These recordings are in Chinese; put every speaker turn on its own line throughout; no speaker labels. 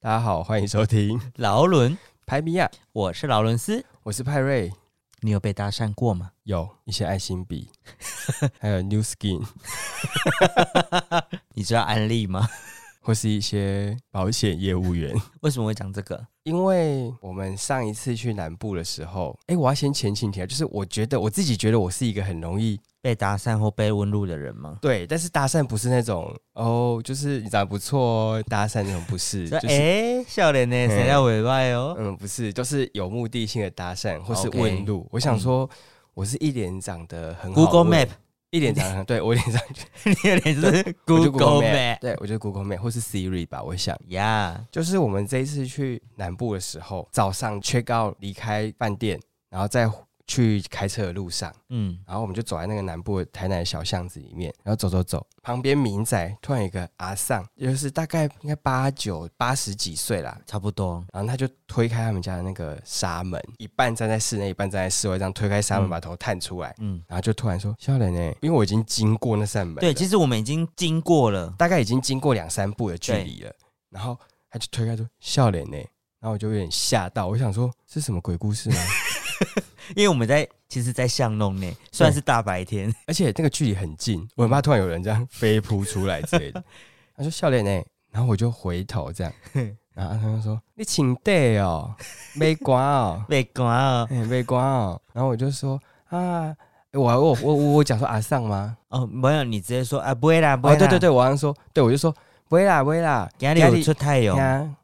大家好，欢迎收听
劳伦，
拍比亚，
我是劳伦斯。
我是派瑞。
你有被搭讪过吗？
有一些爱心 笔，还有 New Skin
你知道安利吗？
或是一些保险业务员。
为什么会讲这个？
因为我们上一次去南部的时候，哎，我要先前情提要，就是我觉得我自己觉得我是一个很容易
被搭讪或被问路的人吗？
对，但是搭讪不是那种哦，就是你长得不错哦，搭讪那种不 是，
说
就是、
哎，笑脸呢，谁要委外哦？
嗯，不是，都是有目的性的搭讪或是
OK
问路。我想说，我是一脸长得很好
Google
问
Map，
一脸长得很对我脸上去，
你有点 是
我就
Google
Map，
Map
对我觉得 Google Map 或是 Siri 吧，我想。
呀。
就是我们这一次去南部的时候，早上 check out 离开饭店，然后再去开车的路上，
嗯，
然后我们就走在那个南部的台南的小巷子里面，然后走走走，旁边民宅突然有一个阿丧，也就是大概应该八九八十几岁啦，
差不多。
然后他就推开他们家的那个纱门，一半站在室内，一半站在室外，这样推开纱门，
嗯
把头探出来，
嗯，
然后就突然说：“肖人呢？”因为我已经经过那扇门了，
对，其实我们已经经过了。
大概已经经过两三步的距离了，然后他就推开说：“笑脸呢？”然后我就有点吓到，我想说是什么鬼故 事吗？啊
因为我们在其实，在巷弄内，虽然
对
是大白天，
而且那个距离很近，我很怕突然有人这样飞扑出来之类 的。他说：“笑脸呢？”然后我就回头这样，然后他就说：“你请对哦，没关 哦，
被关了
哎、没关哦。”然后我就说：“啊。”我我我我我讲说阿尚吗？
哦，没有，你直接说啊，不会啦，不
哦，
会啦，
对对对，我好像说，对我就说不会啦不会啦，
今天有出太阳，
呀，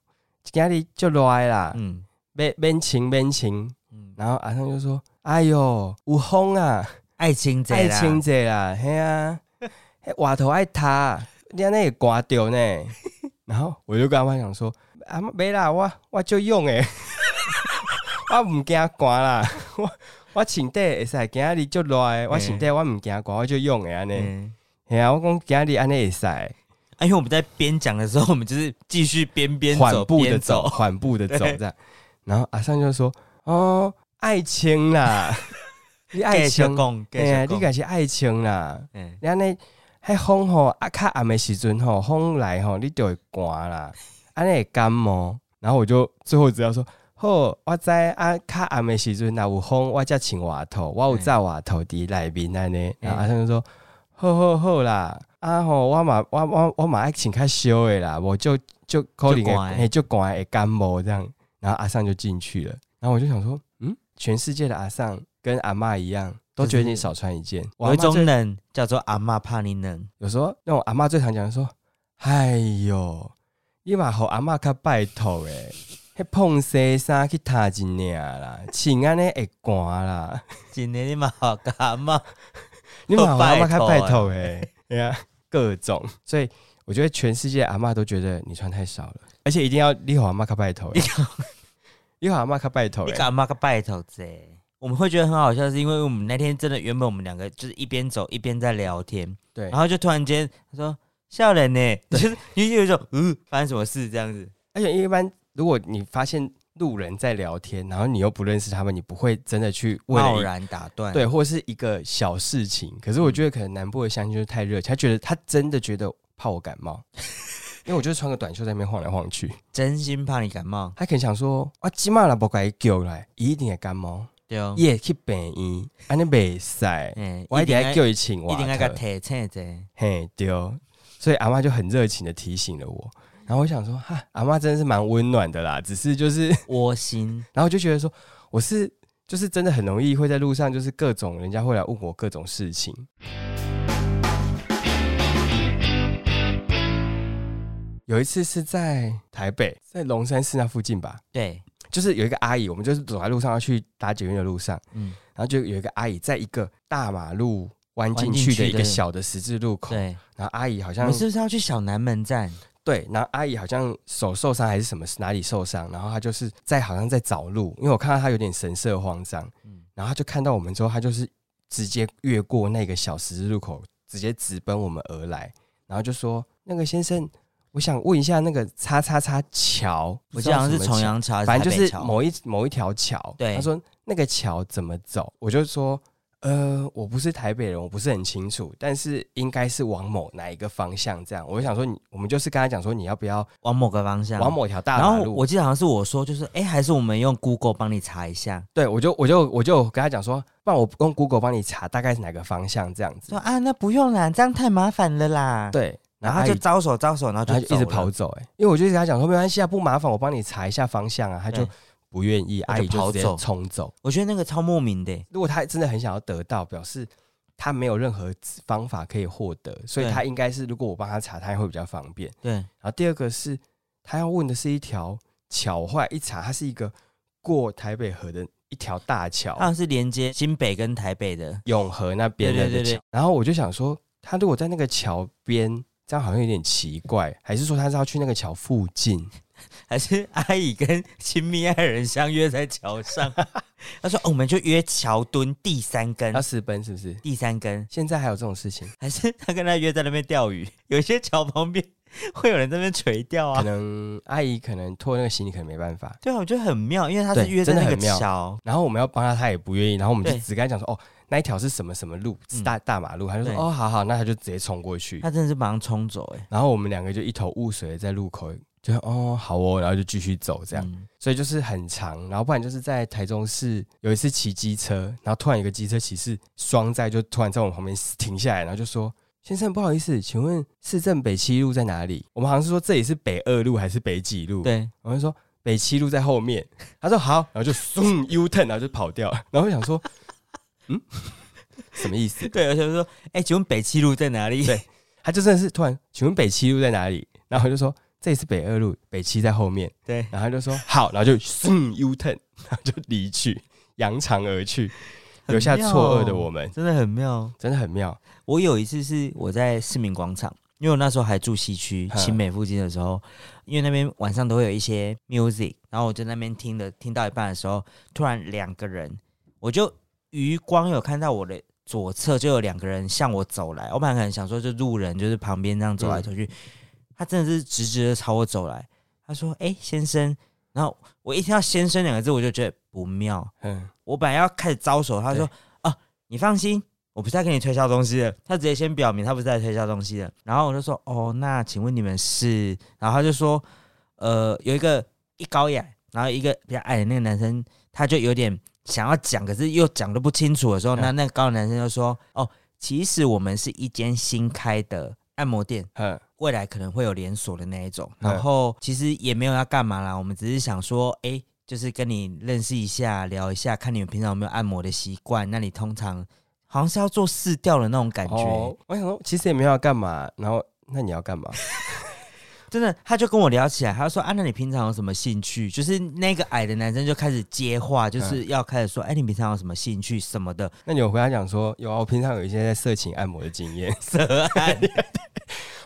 今天就来啦，
嗯
免免情免情，
嗯，
然后阿尚就说：“哎哟，有风啊，
爱情贼
爱
啦，
情者啦，嘿啊，嘿外头爱塌，你安尼会刮掉 呢。”然后我就跟阿妈讲说：“阿妈没啦，我我就用诶， 我唔惊刮啦， 我我穿底会使，今日就热诶，我穿底我唔惊刮，我就用诶安尼。
嗯。
嘿啊，我讲今日安尼会使，
啊，因为我们在边讲的时候，我们就是继续边边
缓
走
步的
边
走，
走，
缓步的走
对
这样。”然后阿尚就说：“哦，爱情 啦，你爱
盖小
情。”
贡，
哎
盖
呀，
小
你
贡，
家是爱情啦，
嗯，
你安尼迄风吼啊较暗的时阵吼，风来吼，你就会寒啦，安尼会感冒。然后我就最后只要说，好，我知啊较暗的时阵若有风，我才穿外套，我有罩外套伫内面安尼。然后阿生就说，好好好啦，啊吼，我嘛我我我嘛爱穿较烧的啦，我就就可能
就寒
会嘿就寒会感冒这样。然后阿尚就进去了，然后我就想说，嗯，全世界的阿尚跟阿嬷一样，都觉得你少穿一件。我
有
阿
一
嬷
种
最
冷叫做阿嬷怕你冷，
有时候那种阿嬷最常讲的说：“哎哟，你嘛互阿嬷较拜托诶，迄碰西衫去踏一领啦，穿安尼会寒 啦，
今天你嘛好干阿嬷，
你嘛互阿嬷较拜托诶。” 对啊，各种，所以我觉得全世界的阿嬷都觉得你穿太少了，而且一定要你互阿嬷较拜托 诶，你互阿嬷较拜托
你
诶。
干阿嬷个拜头贼。我们会觉得很好笑，是因为我们那天真的原本我们两个就是一边走一边在聊天，
对
然，后就突然间他说笑人呢，就是你就有一种嗯发生什么事这样子，
而且一般如果你发现路人在聊天，然后你又不认识他们，你不会真的去为了
贸
一
然打断，
对，或是一个小事情。可
嗯
是我觉得可能南部的乡亲就是太热情，他觉得他真的觉得怕我感 冒，因为我就是穿个短袖在那边晃来晃去，
真心怕你感冒，
他可能想说啊，今晚了不该叫来，一定会感冒，
对哦，
也去病院，安尼袂使，
嗯
我一定要
要
叫伊请我啊
一定要个提醒者，
嘿对哦，所以阿妈就很热情的提醒了我。然后我想说，哈，阿妈真的是蛮温暖的啦，只是就是，
窝心。
然后我就觉得说，我是就是真的很容易会在路上，就是各种人家会来问我各种事情，有一次是在台北，在龙山寺那附近吧，
对，
就是有一个阿姨，我们就是走在路上要去搭捷运的路上，
嗯，
然后就有一个阿姨在一个大马路弯进去的一个小的十字路口，
对，
然后阿姨好
我
像
们是不是要去小南门站？
对，然后阿姨好像手受伤还是什么哪里受伤，然后她就是在好像在找路，因为我看到她有点神色慌张，
嗯，
然后她就看到我们之后，她就是直接越过那个小十字路口，直接直奔我们而来，然后就说：“那个先生，我想问一下那个叉叉叉桥，
我记得好像是重
重阳，
阳桥还
反
台北桥，
正就是某一某一条桥。”
对
她说那个桥怎么走？我就说。呃，我不是台北人，我不是很清楚，但是应该是往某哪一个方向这样。我就想说你，我们就是跟他讲说，你要不要
往某个方向。
往某条大
然
马
后
路？
我记得好像是我说，就是哎、诶还是我们用 Google 帮你查一下。
对我就我就我就跟他讲说，不然我用 Google 帮你查大概是哪个方向这样子。
说啊，那不用啦，这样太麻烦了啦。，
对，然
然
后
后
他
他就
就
招手招手，然后就
他就一直
走了
跑，走、欸，因为我就一直跟他讲说没关系啊，不麻烦，我帮你查一下方向啊，他就
对
不愿意，
他
阿
就
姨就
跑
直
走
接冲走。
我觉得那个超莫名的欸、
如果他真的很想要得到，表示他没有任何方法可以获得，所以
对
他应该是如果我帮他查，他会比较方便。
对，
然后第二个是他要问的是一条桥，后来一查，它是一个过台北河的一条大桥，
好像是连接新北跟台北的。
永和那边
对
那
对
个
对
桥。然后我就想说，他如果在那个桥边，这样好像有点奇怪，还是说他是要去那个桥附近？
还是阿姨跟亲密爱人相约在桥 上。他说、哦我们就约桥墩第三根
要，私奔是不是？
第三根。
现在还有这种事情？
还是他跟他约在那边钓鱼，有些桥旁边会有人在那边垂钓
可
啊。
能阿姨可能拖那个行李，可能没办法。
对啊，我觉得很妙，因为他是
对
约在
真的
那个
很妙
桥，
然后我们要帮他，他也不愿意。然后我们就
对嗯
只跟他讲说，哦，那一条是什么什么路，是大、大马路。他就说，
对嗯
哦，好好，那他就直接冲过去。
他真的是马上冲走、欸，哎，
然后我们两个就一头雾水地在路口，就哦好哦，然后就继续走这样。
嗯
所以就是很长，然后不然就是在台中市有一次骑机车，然后突然有个机车骑士双载就突然在我们旁边停下来，然后就说。先生，不好意思，请问市政北七路在哪里？我们好像是说这里是北二路还是北几路？，
对，
我就说北七路在后面。 他说好，然后就送 U turn，然后就跑掉。 然后我想说，嗯，什么意思？
对，而且我说，哎、请问北七路在哪里？
对他就真的是突然，请问北七路在哪里？然后我就说这里是北二路，北七在后面。
对，
然后他就说好，然后就嗯 U turn，然后就离去，扬长而去，
很
留下
妙哦
错愕的我们，
真的很妙。
真的很妙。
我有一次是我在市民广场，因为我那时候还住西区
嗯
新美附近的时候，因为那边晚上都会有一些 music，然后我就那边听的，听到一半的时候，突然两个人，我就余光有看到我的左侧就有两个人向我走来，我本来可能想说就路人，就是旁边这样走来走去，他真的是直直的朝我走来，他说：“哎、先生。”然后我一听到“先生”两个字，我就觉得不妙，
嗯，
我本来要开始招手，他说
对：“
啊，你放心，我不是在给你推销东西的。”他直接先表明他不是在推销东西的。然后我就说：“哦，那请问你们是？”然后他就说：“呃，有一个一高一矮，然后一个比较矮的那个男生，他就有点想要讲，可是又讲的不清楚的时候，
嗯
那那个高的男生就说：‘哦，其实我们是一间新开的按摩店。’
嗯，
未来可能会有连锁的那一种，
嗯
然后其实也没有要干嘛啦，我们只是想说，哎、就是跟你认识一下，聊一下，看你们平常有没有按摩的习惯。那你通常好像是要做试调的那种感觉，
哦，我想说其实也没有要干嘛，然后那你要干嘛？
真的，他就跟我聊起来，他就说啊，那你平常有什么兴趣？就是那个矮的男生就开始接话，就是要开始说，哎、你平常有什么兴趣什么的，
那你有跟他讲说，有啊，我平常有一些在色情按摩的经验，
色案。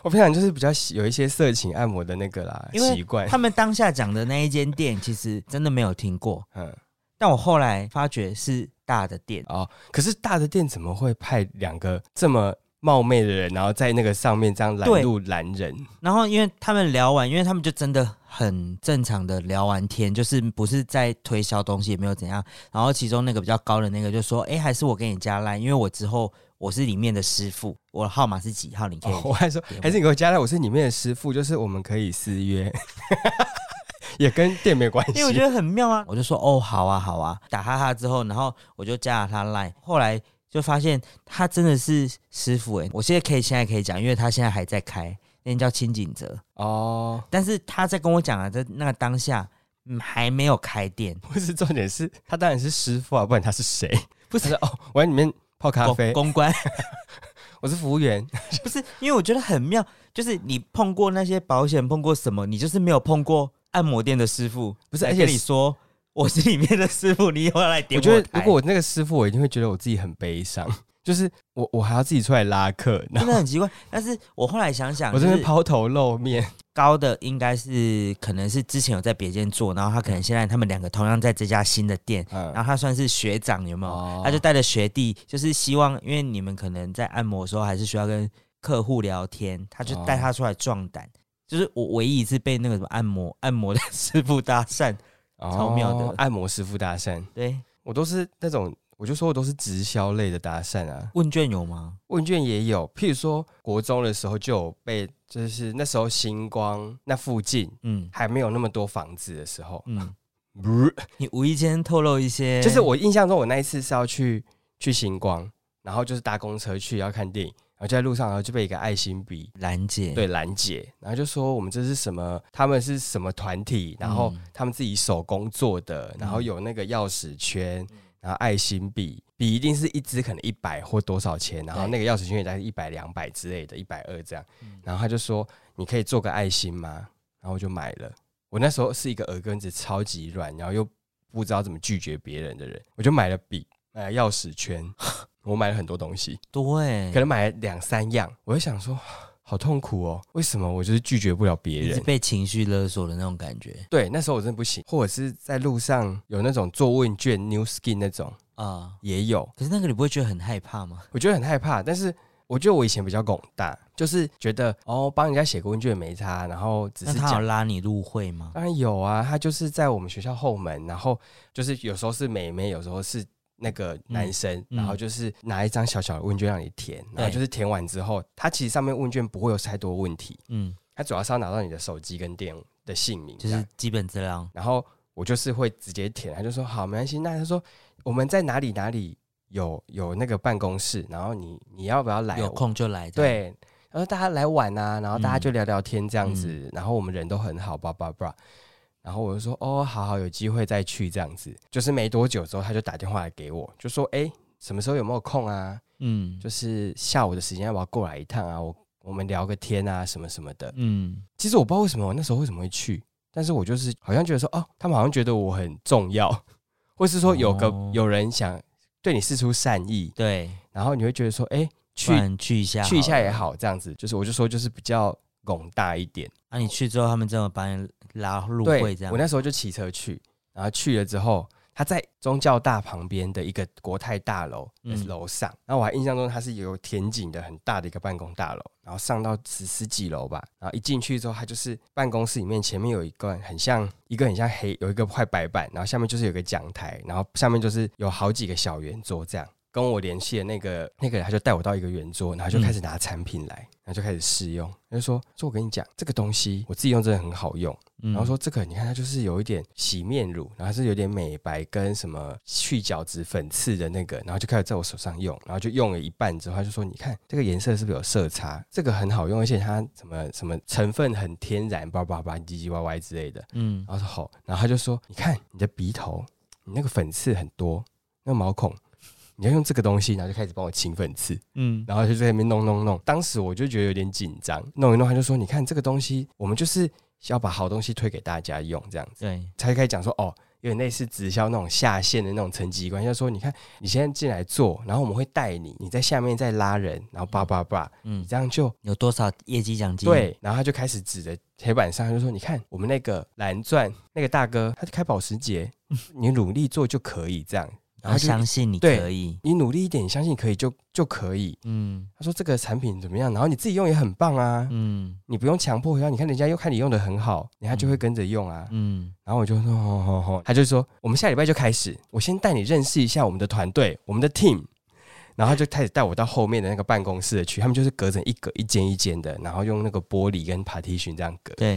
我平常就是比较喜有一些色情按摩的那个啦
因为
习惯。
他们当下讲的那一间店，其实真的没有听过，
嗯，
但我后来发觉是大的店。
哦，可是大的店怎么会派两个这么冒昧的人，然后在那个上面这样拦
对
路拦人？
然后因为他们聊完，因为他们就真的很正常的聊完天，就是不是在推销东西，也没有怎样。然后其中那个比较高的那个就说：“哎，还是我给你加赖，因为我之后我是里面的师傅，我的号码是几号，你可以。
哦，我还说，还是你给我加来，我是里面的师傅，就是我们可以私约， 也跟店没关系。
因为我觉得很妙啊，我就说哦，好啊，好啊，打哈哈之后，然后我就加了他 line，后来就发现他真的是师傅哎、我现在可以现在可以讲，因为他现在还在开，那间叫清景泽，
哦，
但是他在跟我讲啊，在那个当下、嗯、还没有开店，
不是重点是，他当然是师傅啊，不然他是谁？
不
他
是
说哦，我在里面泡咖
公
啡，
公关，
我是服务员。
不是因为我觉得很妙，就是你碰过那些保险，碰过什么，你就是没有碰过按摩店的师傅，
不是
来
而且
跟你
是
说我是里面的师傅，你以后要来点
我觉得
台
如果我那个师傅，我一定会觉得我自己很悲伤，就是我我还要自己出来拉客，然
真
后
的很奇怪，但是我后来想想，
我这
就
边
是
抛头露面。
高的应该是可能是之前有在别间做，然后他可能现在他们两个同样在这家新的店，
嗯
然，后他算是学长，有没有？
哦
他就带着学弟，就是希望，因为你们可能在按摩的时候还是需要跟客户聊天，他就
哦
带他出来壮胆。就是我唯一一次被那个什么按摩按摩的 师傅搭讪，超妙的
哦按摩师傅搭讪，
对，
我都是那种。我我就说我都是直销类的搭讪啊，
问卷有吗？
问卷也有，譬如说国中的时候就有被，就是那时候星光那附近
嗯
还没有那么多房子的时候，
嗯，
不是
你无意间透露一 些，
就是我印象中我那一次是要去去星光，然后就是搭公车去要看电影，然后就在路上然后就被一个爱心笔
兰姐，
对拦截，然后就说我们这是什么，他们是什么团体，然后
嗯
他们自己手工做的，然后有那个钥匙圈，然后爱心笔，笔一定是一支可能一百或多少钱，然后那个钥匙圈也大概一百两百之类的，一百二这样，然后他就说你可以做个爱心吗？然后我就买了，我那时候是一个耳根子超级软，然后又不知道怎么拒绝别人的人，我就买了笔，买了钥匙圈， 我买了很多东西。
多哎、
可能买了两三样，我就想说，好痛苦哦，为什么我就是拒绝不了别
你是
人？
被情绪勒索的那种感觉
对，那时候我真的不行，或者是在路上有那种做问卷 New Skin 那种
啊、
也有，
可是那个你不会觉得很害怕吗？
我觉得很害怕，但是。我觉得我以前比较拱大，就是觉得哦，帮人家写个问卷没差，然后只
那
是
他有
讲。
拉你入会吗？
当然有啊，他就是在我们学校后门，然后就是有时候是美眉，有时候是那个男生，
嗯
然后就是拿一张小小的问卷让你填，然后
对
就是填完之后，他其实上面问卷不会有太多问题，
嗯，
他主要是要拿到你的手机跟电的姓名，
就
就是是
基本资料。
然后我就是会直接填，他就说好没关系，那他说我们在哪里哪里有有那个办公室，然后你你要不要来？
有空就来。，
对，他说大家来玩啊，然后大家
嗯
就聊聊天这样子，然后我们人都很好，叭叭叭。然后我就说哦，好好，有机会再去这样子。就是没多久之后，他就打电话来给我，就说哎，什么时候有没有空啊？
嗯，就
就是下午的时间要不要过来一趟啊？我我们聊个天啊，什么什么的。
嗯，
其实我不知道为什么我那时候为什么会去，但是我就是好像觉得说，哦，他们好像觉得我很重要， 或是说有个、
哦
有人想对你施出善意，
对，
然后你会觉得说，哎、去
不然去一下，
去一下也。好，这样子，就是我就说就是比较拱大一点。
那、啊你去之后，他们真的把你拉入
对
会这，样
我。那时候就骑车去，然后去了之后。他在宗教大旁边的一个国泰大楼的
嗯
楼上，然后我还印象中它是有田景的很大的一个办公大楼，然后上到十十几楼吧，然后一进去之后，它就是办公室里面前面有一个很像一个很像黑有一个块白板，然后下面就是有个讲台，然后上面就是有好几个小圆桌这样。跟我联系的那个那个人，他就带我到一个圆桌，然后就开始
嗯
拿产品来，然后就开始试用。他就说：“说我跟你讲，这个东西我自己用真的很好用，
嗯
然后说，这个你看它就是有一点洗面乳，然后是有点美白跟什么去角质粉刺的那个，然后就开始在我手上用，然后就用了一半之后，他就说你看这个颜色是不是有色差？这个很好用，而且它什么什么成分很天然，叭叭叭唧唧歪歪之类的。
嗯，
然后说好，然后他就说你看你的鼻头，你那个粉刺很多，那个毛孔。你要用这个东西，然后就开始帮我清粉刺，
嗯，
然后就在那边弄弄弄。当时我就觉得有点紧张，弄一弄，他就说：“你看这个东西，我们就是要把好东西推给大家用，这样子。”
对，
才开始讲说哦，有点类似直销那种下线的那种层级关系。他说，你看你现在进来做，然后我们会带你，你在下面再拉人，然后叭叭叭，
嗯
你，这样就
有多少业绩奖金？，
对。然后他就开始指着黑板上，他就说，你看我们那个蓝钻那个大哥，他就开保时捷，你努力做就可以这样。然
然
后
后
就
相信你
对
可以。
你努力一点，你相信可以就就可以。
嗯
他说这个产品怎么样？然后你自己用也很棒啊，
嗯
你不用强迫他。你看人家又看你用的很好，人家就会跟着用啊。
嗯，
然后我就说，吼吼吼，哦他就说，我们下礼拜就开始，我先带你认识一下我们的团队，我们的 team。然后他就开始带我到后面的那个办公室去，他们就是隔成一格一间一间的，然后用那个玻璃跟 partition 这样隔，
对，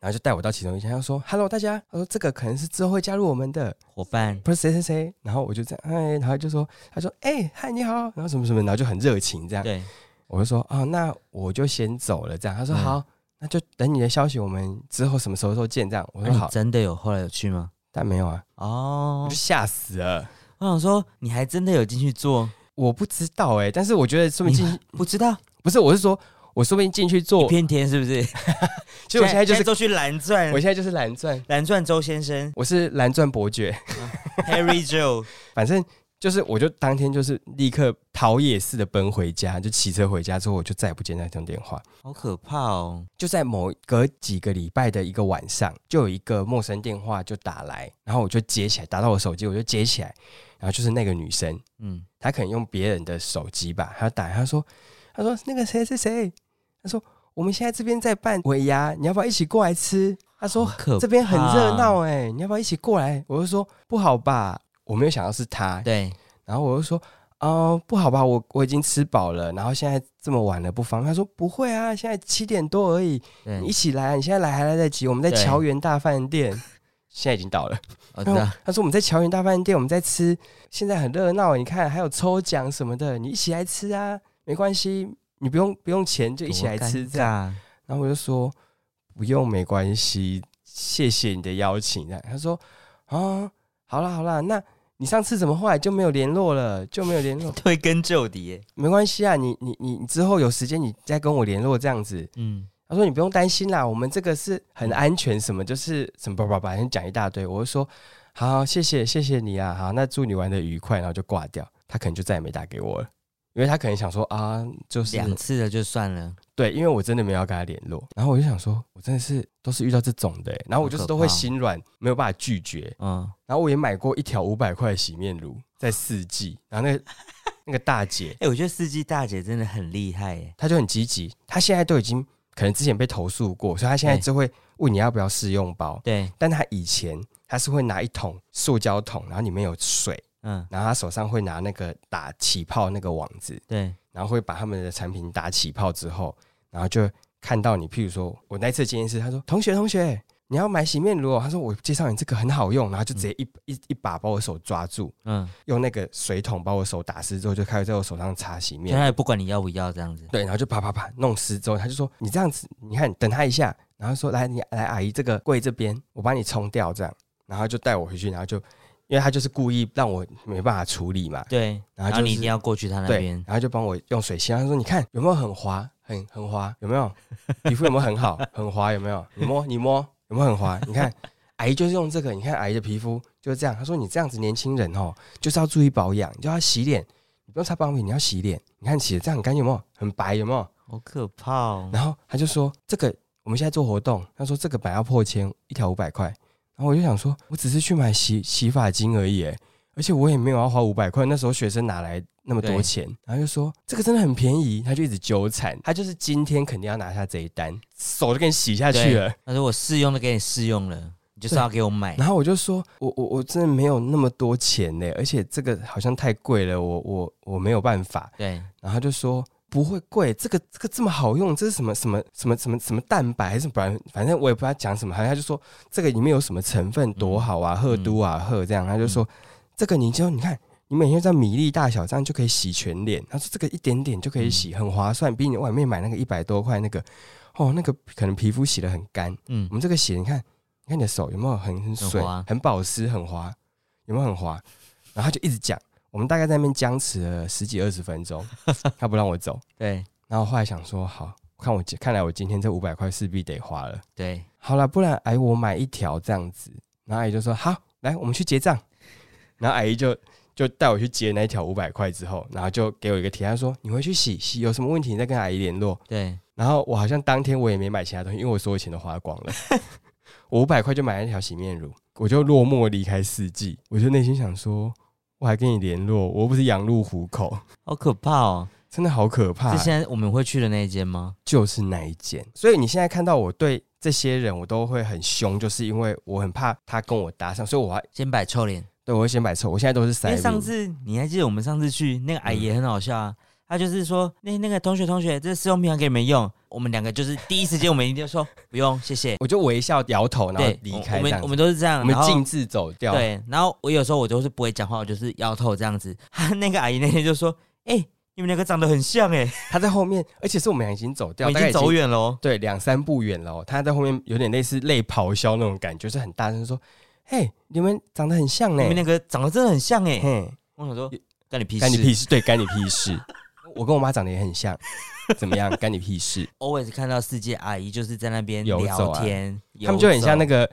然后就带我到其中一间，他就说：“Hello，大家。”他说：“这个可能是之后会加入我们的，
伙伴，
不是谁谁谁。”然后我就这样，哎，然后就说：“他说，哎、嗨，你好。”然后什么什么，然后就很热情这样。
对，
我就说：“哦，那我就先走了。”这样，他说：“
嗯
好，那就等你的消息，我们之后什么时候见？”这样，我
那
说：“
啊你
好。
真的有后来有去吗？
但没有啊，我
嗯哦
就，吓死了。
我想说你还真的有进去做，
我不知道哎、但是我觉得说不
你
定
不知道
不是，我是说，我说不定进去做，
偏天是不 是？
其实我现在就是
都去蓝钻
我，现在就是蓝钻，
蓝钻周先生
我是蓝钻伯爵，
Harry Joe，
反正就是我就当天就是立刻逃也似的奔回家，就骑车回家之后，我就再也不接那通电话。
好可怕哦！
就在某隔几个礼拜的一个晚上，就有一个陌生电话就打来，然后我就接起来，打到我手机，我就接起来，然后就是那个女生，
嗯，
他可能用别人的手机吧，他打他说他说那个谁谁谁，他说我们现在这边在办尾牙，你要不要一起过来吃？他说
好可
这边很热
怕
闹哎，你要不要一起过来？我就说不好吧，我没有想到是他，
对，
然然后我就说，哦，不好吧，我我已经吃饱了，然后现在这么晚了不方便。他说不会啊，现在七点多而已，
对
你一，起来啊，你现在来还来得及。我们在
对
乔园大饭店，现在已经到了。
我 知
然
道
后。他说我们在乔园大饭店，我们在吃，现在很热闹，你看还有抽奖什么的，你一起来吃啊，没关系，你不用不用钱，就一起来吃这样。
样，
然后我就说不用，没关系，谢谢你的邀请。这样他说啊，好啦好啦，那你上次怎么后来就没有联络了，就没有联络，
推根究底耶。
没关系啊，你你你你之后有时间你再跟我联络这样子。
嗯，
他说：“你不用担心啦，我们这个是很安全，什么就是什么叭叭叭，先讲一大堆。”我就说：“好，谢谢，谢谢你啊，好，那祝你玩的愉快。”然后就挂掉。他可能就再也没打给我了，因为他可能想说啊，就是
两次的就算了。
对，因为我真的没有要跟他联络。然后我就想说，我真的是都是遇到这种的欸、然后我就是都会心软，没有办法拒绝。
嗯，
然后我也买过一条五百块的洗面乳，在四季，然后那个那个大 姐
哎、我觉得司机大姐真的很厉害耶。
他就很积极，他现在都已经可能之前被投诉过，所以他现在
对
就会问你要不要试用包。
对，
但他以前他是会拿一桶塑胶桶，然后里面有水，
嗯，
然后他手上会拿那个打起泡那个网子，
对，
然后会把他们的产品打起泡之后，然后就看到你，譬如说我那次的经验是，他说同学同学。你要买洗面乳、哦？他说我介绍你这个很好用，然后就直接一、一一把把我手抓住，
嗯，
用那个水桶把我手打湿之后，就开始在我手上擦洗面
现
乳。
在不管你要不要这样子。
对，然后就啪啪啪弄湿之后，他就说：“你这样子，你看，等他一下。”然后说：“来，你来，阿姨，这个柜这边，我帮你冲掉。”这样，然后就带我回去，然后就，因为他就是故意让我没办法处理嘛，
对，
然
然
后
后,、
就是
你一定要过去他那
对，
边
然。后就帮我用水洗。他说：“你看有没有很滑，很很滑，有没有皮肤有没有很好，很滑有没有？你摸你摸有没有很滑？你看阿姨就是用这个，你看阿姨的皮肤就是这样。他说你这样子年轻人哦，就是要注意保养，你就要洗脸，你不用擦保养品，你要洗脸。你看洗的这样很干净有没有？很白有没有？”
好可怕哦！
然后他就说这个我们现在做活动，他说这个本来要破千，一条五百块。然后我就想说，我只是去买洗洗发精而已，哎，而且我也没有要花五百块。那时候学生哪来那么多
对
钱？然后就说这个真的很便宜，他就一直纠缠，他就是今天肯定要拿下这一单，手就给你洗下去了。
他说我试用都给你试用了，你就是
对
要给我买。
然后我就说，我我我真的没有那么多钱呢，而且这个好像太贵了，我我我没有办法。
对，
然后他就说不会贵，这个这个这么好用，这是什么什么什么什么什么蛋白还是什么反正反正我也不知道讲什么，好像他就说这个里面有什么成分多好啊，赫都啊赫这样，他就说、这个你就你看。你每天这样米粒大小这样就可以洗全脸，他说这个一点点就可以洗，很划算，比你外面买那个一百多块那个，哦，那个可能皮肤洗的很干，
嗯
我，们这个洗，你看，你看你的手有没有很很水、
滑
很保湿、很滑，有没有很滑？然后他就一直讲，我们大概在那边僵持了十几二十分钟，他不让我走。
对
然后后来想说，好，看我今看来我今天这五百块势必得花了。
对，
好了，不然哎，我买一条这样子。然后阿姨就说，好，来，我们去结账。然后阿姨就就带我去结那一条五百块之后，然后就给我一个提案说，你回去洗洗，有什么问题你再跟阿姨联络。
对，
然后我好像当天我也没买其他东西，因为我所有钱都花光了。 我五百块就买了一条洗面乳，我就落寞离开四季。我就内心想说，我还跟你联络，我又不是羊入虎口，
好可怕哦！
真的好可怕
是。现在我们会去的那一间吗？
就是那一件，所以你现在看到我对这些人，我都会很凶，就是因为我很怕他跟我搭上，所以我还
先摆臭脸，
对我会先摆臭。我现在嗯都是
因
塞
为
入。
上次你还记得我们上次去那个阿姨也很好笑啊，她就是说那那个同学同学，这试用品还给你们用，我们两个就是第一时间我们一定就说不用，谢谢。
我就微笑摇头， 然后
对，
离
我
开
我
这样
们
子。
我们都是这样，
我们
然后
径自走掉。
对，然后我有时候我都是不会讲话，我就是摇头这样子。 那个阿姨那天就说：“哎、你们两个长得很像哎、
他在后面，而且是我们俩已经走掉，
我已
大概
经走远了哦。
对，两三步远了哦、他在后面有点类似类咆哮那种感觉，就是很大声说：“嘿，你们长得很像呢
你们。两个长得真的很像哎、
嘿，
我想说，干你屁
嗯
事！
干你屁事！对，干你屁事！ 我跟我妈长得也很像，怎么样？干你屁 事！
！always 看到世界阿姨就是在那边
游走
聊
啊
天，
他们就很像那
个
个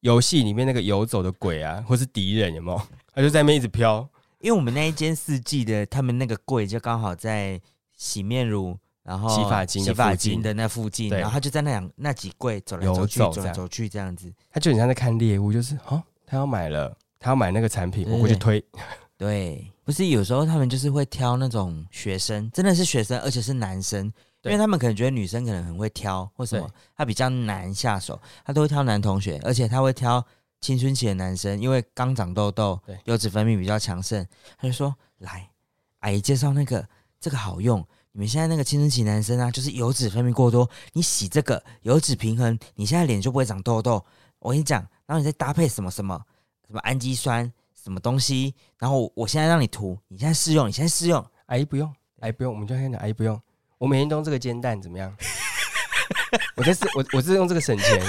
游戏里面那个游走的鬼啊，或是敌人，有没有？他就在那边一直飘。
因为我们那一间四季的，他们那个柜就刚好在洗面乳，然后
洗发精的
洗发
附近
精的那附近，
对
然后他就在那两那几柜走来
游
走去，
走
走
这
来
样
走去这样子。
他就很像在看猎物，就是哦，他要买了，他要买那个产品，我过去
对
推。
对，不是有时候他们就是会挑那种学生，真的是学生，而且是男生，因
对
为他们可能觉得女生可能很会挑或什么
对，
他比较难下手，他都会挑男同学，而且他会挑青春期的男生，因为刚长痘痘
对，
油脂分泌比较强盛，他就说：“来，阿姨介绍那个，这个好用。你们现在那个青春期男生啊，就是油脂分泌过多，你洗这个油脂平衡，你现在脸就不会长痘痘。我跟你讲，然后你再搭配什么什么什么氨基酸什么东西，然后我我现在让你涂，你现在试用，你现在试用，
阿姨不用，阿姨不用，我们就先讲阿姨不用。我每天都用这个煎蛋怎么 样？我在是，我我是用这个省钱。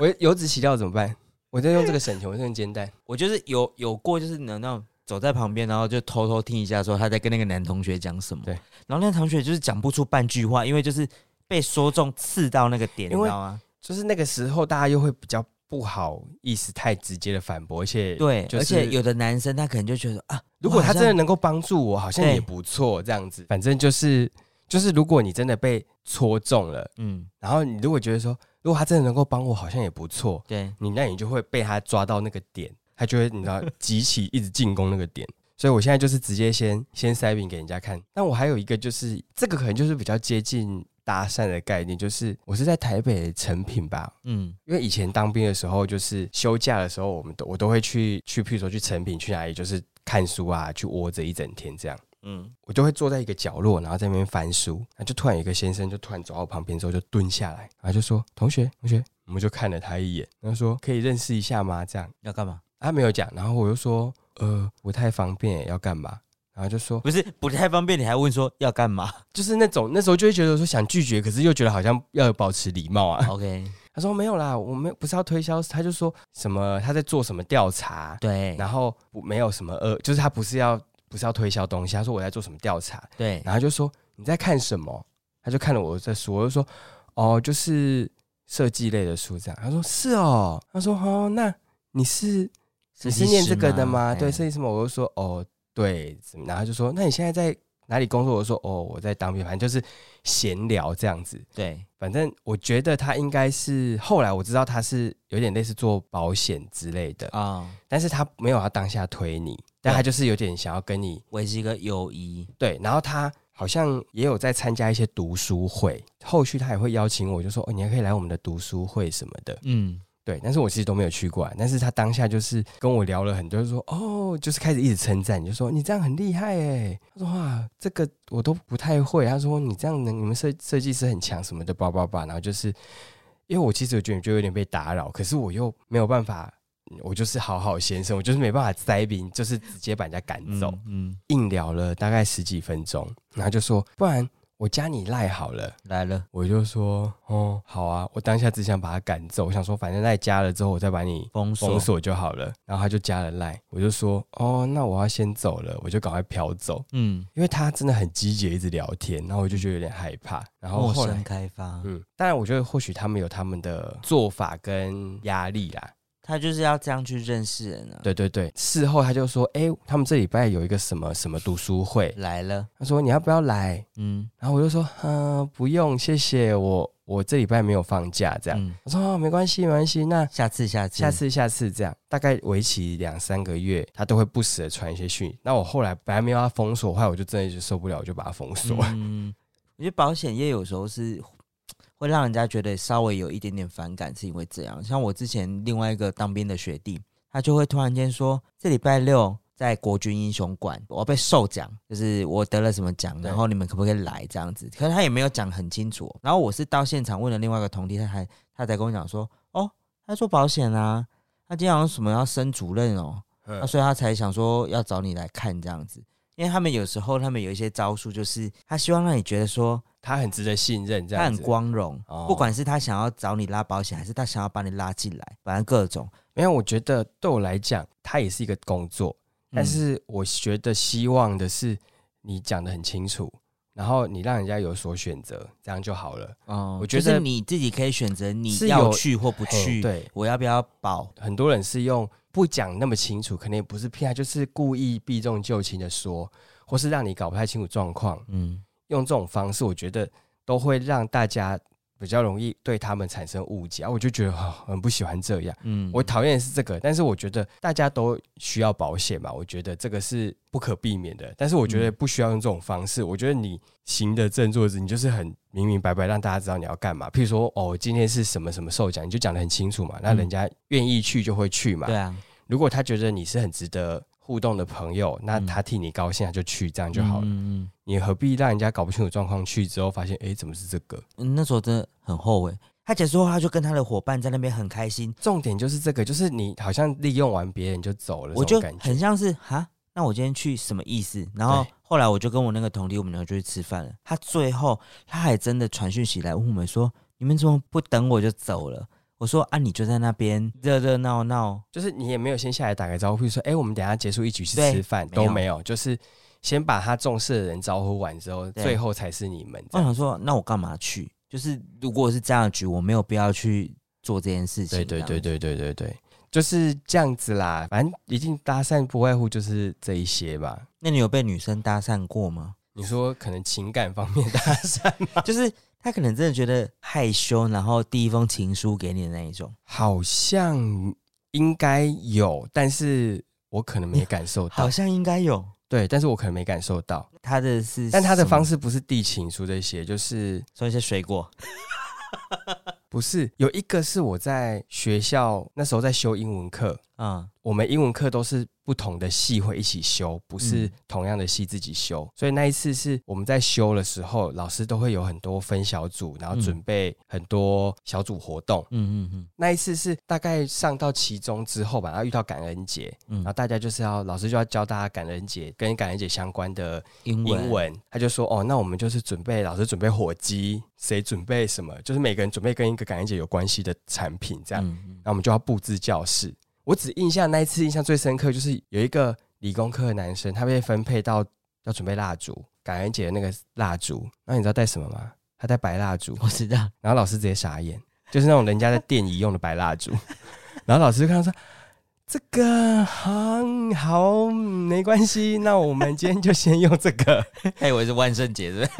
我油脂洗掉怎么办？我在用这个省钱，我在用煎蛋。
我就是有有过，就是能那种走在旁边，然后就偷偷听一下，说他在跟那个男同学讲什么。
对，
然后那个同学就是讲不出半句话，因为就是被说中刺到那个点，你
因
知
为
道吗？
就是那个时候，大家又会比较不好意思太直接的反驳，而且
对，
就
而且
是
有的男生他可能就觉得啊，
如果他真的
的
能够帮助我，好像
对
也不错。这样子，反正就是就是，如果你真的被戳中了，
嗯，
然后你如果觉得说，如果他真的能够帮我，好像也不错，
对，
你那你就会被他抓到那个点，他就会你知道集齐一直进攻那个点。所以我现在就是直接先先塞饼给人家看。但我还有一个就是这个可能就是比较接近搭讪的概念，就是我是在台北成品吧。
嗯，
因为以前当兵的时候，就是休假的时候，我们都我都会去去，譬如说去成品去哪里，就是看书啊，去窝着一整天这样。
嗯，
我就会坐在一个角落，然后在那边翻书，那就突然有一个先生就突然走到我旁边之后就蹲下来，然后就说：“同学，同学。”我们就看了他一眼，然后说：“可以认识一下吗？”这样
要干嘛？
他没有讲，然后我就说：“呃，不太方便，要干嘛？”然后就说
不是不太方便，你还问说要 干嘛
就是那种那时候就会觉得说想拒绝，可是又觉得好像要保持礼貌啊。
？OK，
他说：“没有啦，我们不是要推销。”他就说什么他在做什么调查，
对
然后不没有什么呃，就是他不是要不是要推销东西，他说我在做什么调查，
对，
然后就说你在看什么？他就看了我在书，我就说哦，就是设计类的书这样。他说是哦，他说哦，那你是你是念这个的吗？对，设
是哎
计什么？我就说哦，对，怎么然后他就说那你现在在哪里工作？我就说哦，我在当兵，反正就是闲聊这样子。
对，
反正我觉得他应该是后来我知道他是有点类似做保险之类的，
啊，
但是他没有要当下推你，但他就是有点想要跟你
维持一个友谊，
对，然后他好像也有在参加一些读书会，后续他也会邀请我，就说哦，你还可以来我们的读书会什么的。
嗯，
对，但是我其实都没有去过啊，但是他当下就是跟我聊了很多，就说哦，就是开始一直称赞，就说你这样很厉害哎。他说哇，这个我都不太会。他说你这样能，你们设设计师很强什么的，叭叭叭。然后就是因为我其实我觉得就有点被打扰，可是我又没有办法。我就是好好先生，我就是没办法塞宾，就是直接把人家赶走。
嗯嗯，
硬聊了大概十几分钟，然后就说：“不然我加你赖好了。
来了”，
我就说：“哦，好啊。”我当下只想把他赶走，我想说反正赖加了之后，我再把你封
封锁，
锁就好了。然后他就加了赖，我就说：“哦，那我要先走了。”我就赶快飘走，
嗯，
因为他真的很积极，一直聊天，然后我就觉得有点害怕。然后
陌
后
生
来，
开发，
嗯，当然我觉得或许他们有他们的做法跟压力啦，
他就是要这样去认识人啊。，
对对对。事后他就说：“哎、他们这礼拜有一个什么什么读书会，
来了，
他说你要不要来？”
嗯，
然后我就说，嗯、不用，谢谢，我我这礼拜没有放假，这
这
样。
样，
我说、哦、没关系，没关系，那
下次，下次，
下，次下次这样，大概为期两三个月，他都会不时的传一些讯息。那我后来本来没有要封锁，后来我就真的就受不了，我就把他封锁。
嗯，我觉得保险业有时候是会让人家觉得稍微有一点点反感，是因为这样。像我之前另外一个当兵的学弟，他就会突然间说，这礼拜六。在国军英雄馆，我要被授奖，就是我得了什么奖，
对
然后你们可不可以来这样子？可是他也没有讲很清楚哦。然后我是到现场问了另外一个同弟，他还他才跟我讲说，哦，他做保险啊，他今天好像什么要升主任哦，
嗯
那所以他才想说要找你来看这样子，因为他们有时候他们有一些招数，就是他希望让你觉得说
他很值得信任，这
他
样
很
子。
光荣，
哦
不管是他想要找你拉保险，还是他想要把你拉进来，反正各种。
没有，我觉得对我来讲，他也是一个工作，但
嗯
是我觉得希望的是你讲的很清楚，然后你让人家有所选择，这样就好了。
哦
我觉
就是
得
你自己可以选择你
是
要
有
去或不
嘿
去，
对，
我要不要保？
很多人是用不讲那么清楚，可能也不是骗他，就是故意避重就轻的说，或是让你搞不太清楚状况，
嗯，
用这种方式，我觉得都会让大家比较容易对他们产生误解，啊我就觉得、啊很不喜欢这样。
嗯
我讨厌的是这个，但是我觉得大家都需要保险嘛，我觉得这个是不可避免的。但是我觉
嗯
得不需要用这种方式，我觉得你行得正坐得直，你就是很明明白白让大家知道你要干嘛。譬如说，哦，今天是什么什么授奖，你就讲得很清楚嘛，那
嗯
人家愿意去就会去嘛。
对啊，
如果他觉得你是很值得互动的朋友，那
嗯
他替你高兴，他就去，这样就好了。
嗯嗯
你何必让人家搞不清楚状况去之后发现，哎、怎么是这个？
嗯那时候真的很后悔。他结束后，他就跟他的伙伴在那边很开心，
重点就是这个，就是你好像利用完别人就走了，
我
这
就
种感觉
很像是哈，那我今天去什么意思？然后
对
后来我就跟我那个同弟，我们两个就去吃饭了。他最后他还真的传讯息来问我们说：“你们怎么不等我就走了？”我说：“啊，你就在那边热热闹闹，
就是你也没有先下来打个招呼，说，哎、我们等一下结束一起去
对
吃饭，
没有
都没有，就是先把他重视的人招呼完之后，
对
最后才是你们这
我
样。
想说，那我干嘛去？就是如果是这样的局，我没有必要去做这件事情。
对对对
这样子，
对对对对，就是这样子啦。反正一定搭讪不外乎就是这一些吧。
那你有被女生搭讪 过吗？
你说可能情感方面搭讪，
就是她可能真的觉得害羞，然后第一封情书给你的那一种，
好像应该有，但是我可能没感受到
好。像应该有。
对，但是我可能没感受到。
她的是，
但他的方
式
式不是递情书这些，就是
送一些水果，
不是有一个是我在学校那时候在修英文课，
嗯，
我们英文课都是不同的系会一起修，不是
嗯
同样的系自己修。所以那一次是我们在修的时候，老师都会有很多分小组，然后
嗯
准备很多小组活动。
嗯嗯
那一次是大概上到期中之后吧，然后遇到感恩节，
嗯
然后
嗯，
大家就是要老师就要教大家感恩节跟感恩节相关的
英文
英文，他就说哦，那我们就是准备老师准备火鸡，谁准备什么，就是每个人准备跟一个感恩节有关系的产品这样。
嗯
那我们就要布置教室。我只印象那一次印象最深刻，就是有一个理工科的男生，他被分配到要准备蜡烛，感恩节的那个蜡烛。那你知道带什么吗？他带白蜡烛，
我知道，
然后老师直接傻眼，就是那种人家在店里用的白 蜡烛。然后老师就看到说：“这个很好，没关系，那我们今天就先用这个。
他以为是万圣节，是不是？”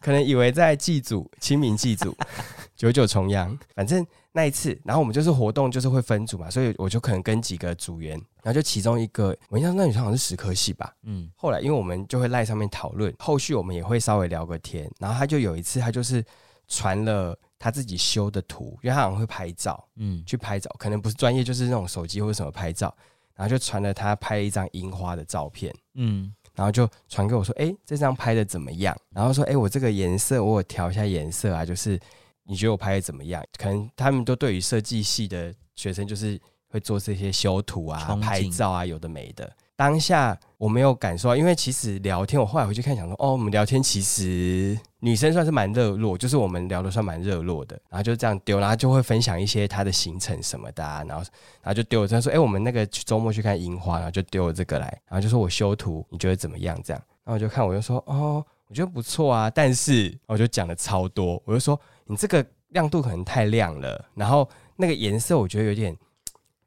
可能以为在祭祖、清明祭祖、 九九重阳，反正那一次，然后我们就是活动就是会分组嘛，所以我就可能跟几个组员，然后就其中一个，我印象那女生好像是十科系吧。
嗯
后来因为我们就会赖上面讨论，后续我们也会稍微聊个天，然后他就有一次他就是传了他自己修的图，因为他好像会拍照，
嗯，
去拍照，可能不是专业，就是那种手机或者什么拍照，然后就传了他拍了一张樱花的照片。
嗯
然后就传给我说：“哎、这张拍的怎么样？”然后说：“哎、我这个颜色我有调一下颜色啊，就是你觉得我拍的怎么样？”可能他们都对于设计系的学生就是会做这些修图啊
憧憬、
拍照啊，有的没的。当下我没有感受到，因为其实聊天，我后来回去看，想说，哦，我们聊天其实女生算是蛮热络，就是我们聊的算蛮热络的，然后就这样丢，然后就会分享一些她的行程什么的、啊，然后然后就丢了，他说：“哎、我们那个周末去看樱花，然后就丢了这个来，然后就说我修图，你觉得怎么样？”这样，然后我就看，我就说：“哦，我觉得不错啊。”但是然后我就讲了超多，我就说：“你这个亮度可能太亮了，然后那个颜色我觉得有点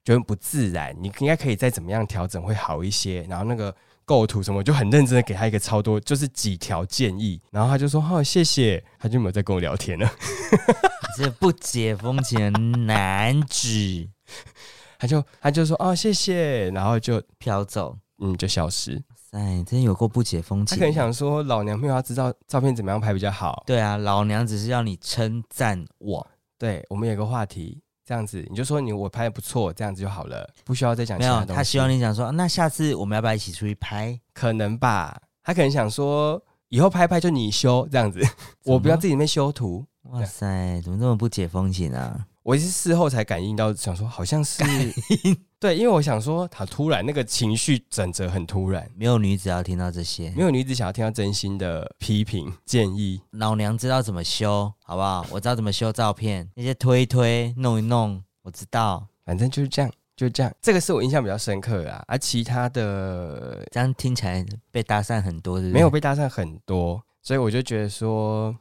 觉得不自然，你应该可以再怎么样调整会好一些。”然后那个构图什么，我就很认真的给他一个超多，就是几条建议，然后他就说：“哦，谢谢。”他就没嗯有再跟我聊天了。
你这不解风情的男子
他就他就说：“哦，谢谢。”然后就
飘走，
嗯就消失。
哎，真有够不解风
他
情。
可能想说，老娘没有要知道照片怎么样拍比较好。
对啊，老娘只是要你称赞我，
对，我们有个话题，这样子你就说你我拍的不错，这样子就好了，不需要再讲其
没有，
东西。
他希望你讲说，啊那下次我们要不要一起出去拍？
可能吧，他可能想说以后拍拍就你修这样子，
么
我不要自己在那边修图。
哇塞，怎么这么不解风情啊？
我也是事后才感应到，想说好像是 对，因为我想说，他突然那个情绪转折很突然，
没有女子要听到这些
没，有女子想要听到真心的批评建议。
老娘知道怎么修，好不好？我知道怎么修照片，那些推一推、弄一弄，我知道。
反正就是这样，就是这样。这个是我印象比较深刻的啊，而、其他的
这样听起来被搭讪很多，对不对？
没有，被搭讪很多，所以我就觉得说，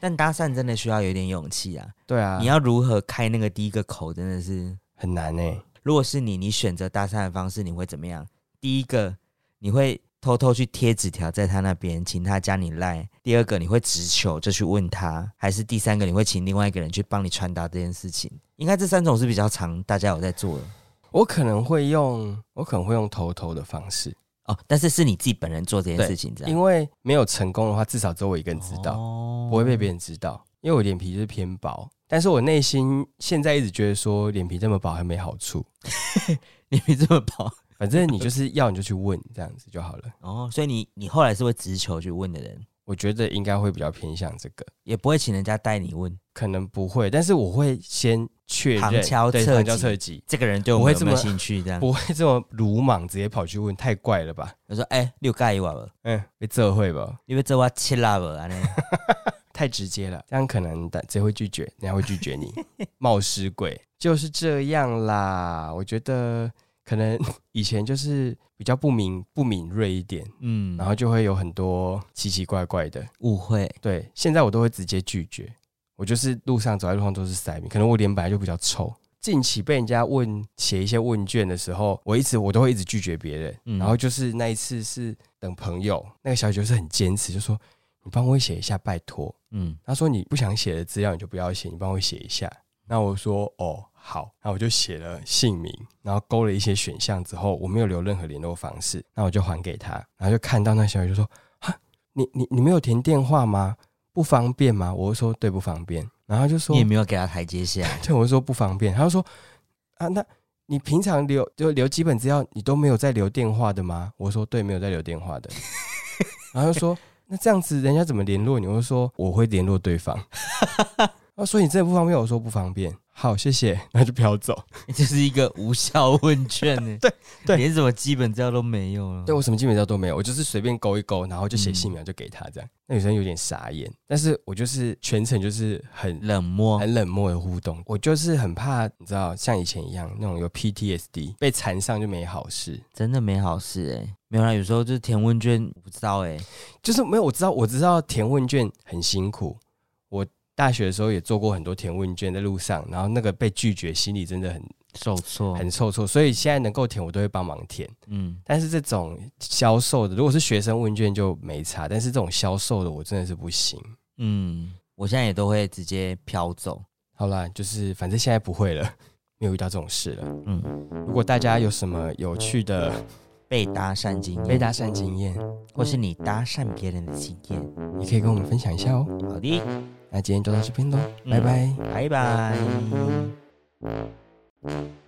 但搭讪真的需要有点勇气啊！
对啊，
你要如何开那个第一个口，真的是，
很难哎、
如果是你，你选择搭讪的方式，你会怎么样？第一个，你会偷偷去贴纸条在他那边，请他加你赖。第二个你会直球就去问他，还是第三个你会请另外一个人去帮你传达这件事情？应该这三种是比较常大家有在做的
我可能会用，我可能会用偷偷的方式，
哦，但是是你自己本人做这件
对
事情，这样
因为没有成功的话，至少只有我一个人知道，
啊哦
不会被别人知道。因为我脸皮就是偏薄，但是我内心现在一直觉得说脸皮这么薄还没好处，
你们这么薄
反正你就是要你就去问这样子就好了。
哦，所以你你后来是会直球去问的人，
我觉得应该会比较偏向这个，
也不会请人家带你问。
可能不会，但是我会先确认，
旁敲
对
侧
旁敲
击
侧击，
这个人对我
不会
们有没有
这么
兴趣？这样，
不会这么鲁莽直接跑去问，太怪了吧？
我说：“哎、你有介意我无？
嗯，被这会吧？
因为这我七啊啦无安尼。
太直接了，这样可能大谁会拒绝？人家会拒绝 你，冒失鬼就是这样啦。我觉得可能 以前就是比较不敏不敏锐一点，”
嗯，
然后就会有很多奇奇怪怪的。
误会
对，现在我都会直接拒绝，我就是路上走在路上都是塞米，可能我脸本来就比较臭。近期被人家问写一些问卷的时候，我一直我都会一直拒绝别人，
嗯
然后就是那一次是等朋友，那个小姐就是很坚持，就说你帮我写一下，拜托。
嗯，
他说你不想写的资料你就不要写，你帮我写一下。那我说哦好，那我就写了姓名，然后勾了一些选项之后，我没有留任何联络方式，那我就还给他，然后就看到那小姐就说啊，你你你没有填电话吗？不方便吗？我就说对，不方便。然后他就说
你也没有给他台阶下，
对，我就说不方便。他就说啊，那你平常留就留基本资料，你都没有在留电话的吗？我说对，没有在留电话的。然后他就说那这样子人家怎么联络你？我就说我会联络对方。他说你真的不方便？我说不方便。好，谢谢，那就飘走。
这是一个无效问卷 呢。
对对
连什么基本资料都没有了。
对我什么基本资料都没有，我就是随便勾一勾，然后就写姓名就给他这样。那女生有点傻眼，但是我就是全程就是很
冷漠，
很冷漠的互动。我就是很怕，你知道，像以前一样那种有 PTSD 被缠上就没好事。
真的没好事哎、没有啦，有时候就是填问卷，我不知道哎、
就是没有，我知道，我知道填问卷很辛苦。我大学的时候也做过很多填问卷，在路上，然后那个被拒绝，心里真的很
受挫。
很受挫。所以现在能够填，我都会帮忙填。
嗯，
但是这种销售的，如果是学生问卷就没差，但是这种销售的，我真的是不行。
嗯，我现在也都会直接飘走。
好啦，就是反正现在不会了，没有遇到这种事了。
嗯，
如果大家有什么有趣的
被搭讪经验，
嗯被搭讪经验，
或是你搭讪别人的经验。
也可以跟我们分享一下哦。
好的，
那今天就到这边喽，
嗯
拜拜。
拜拜。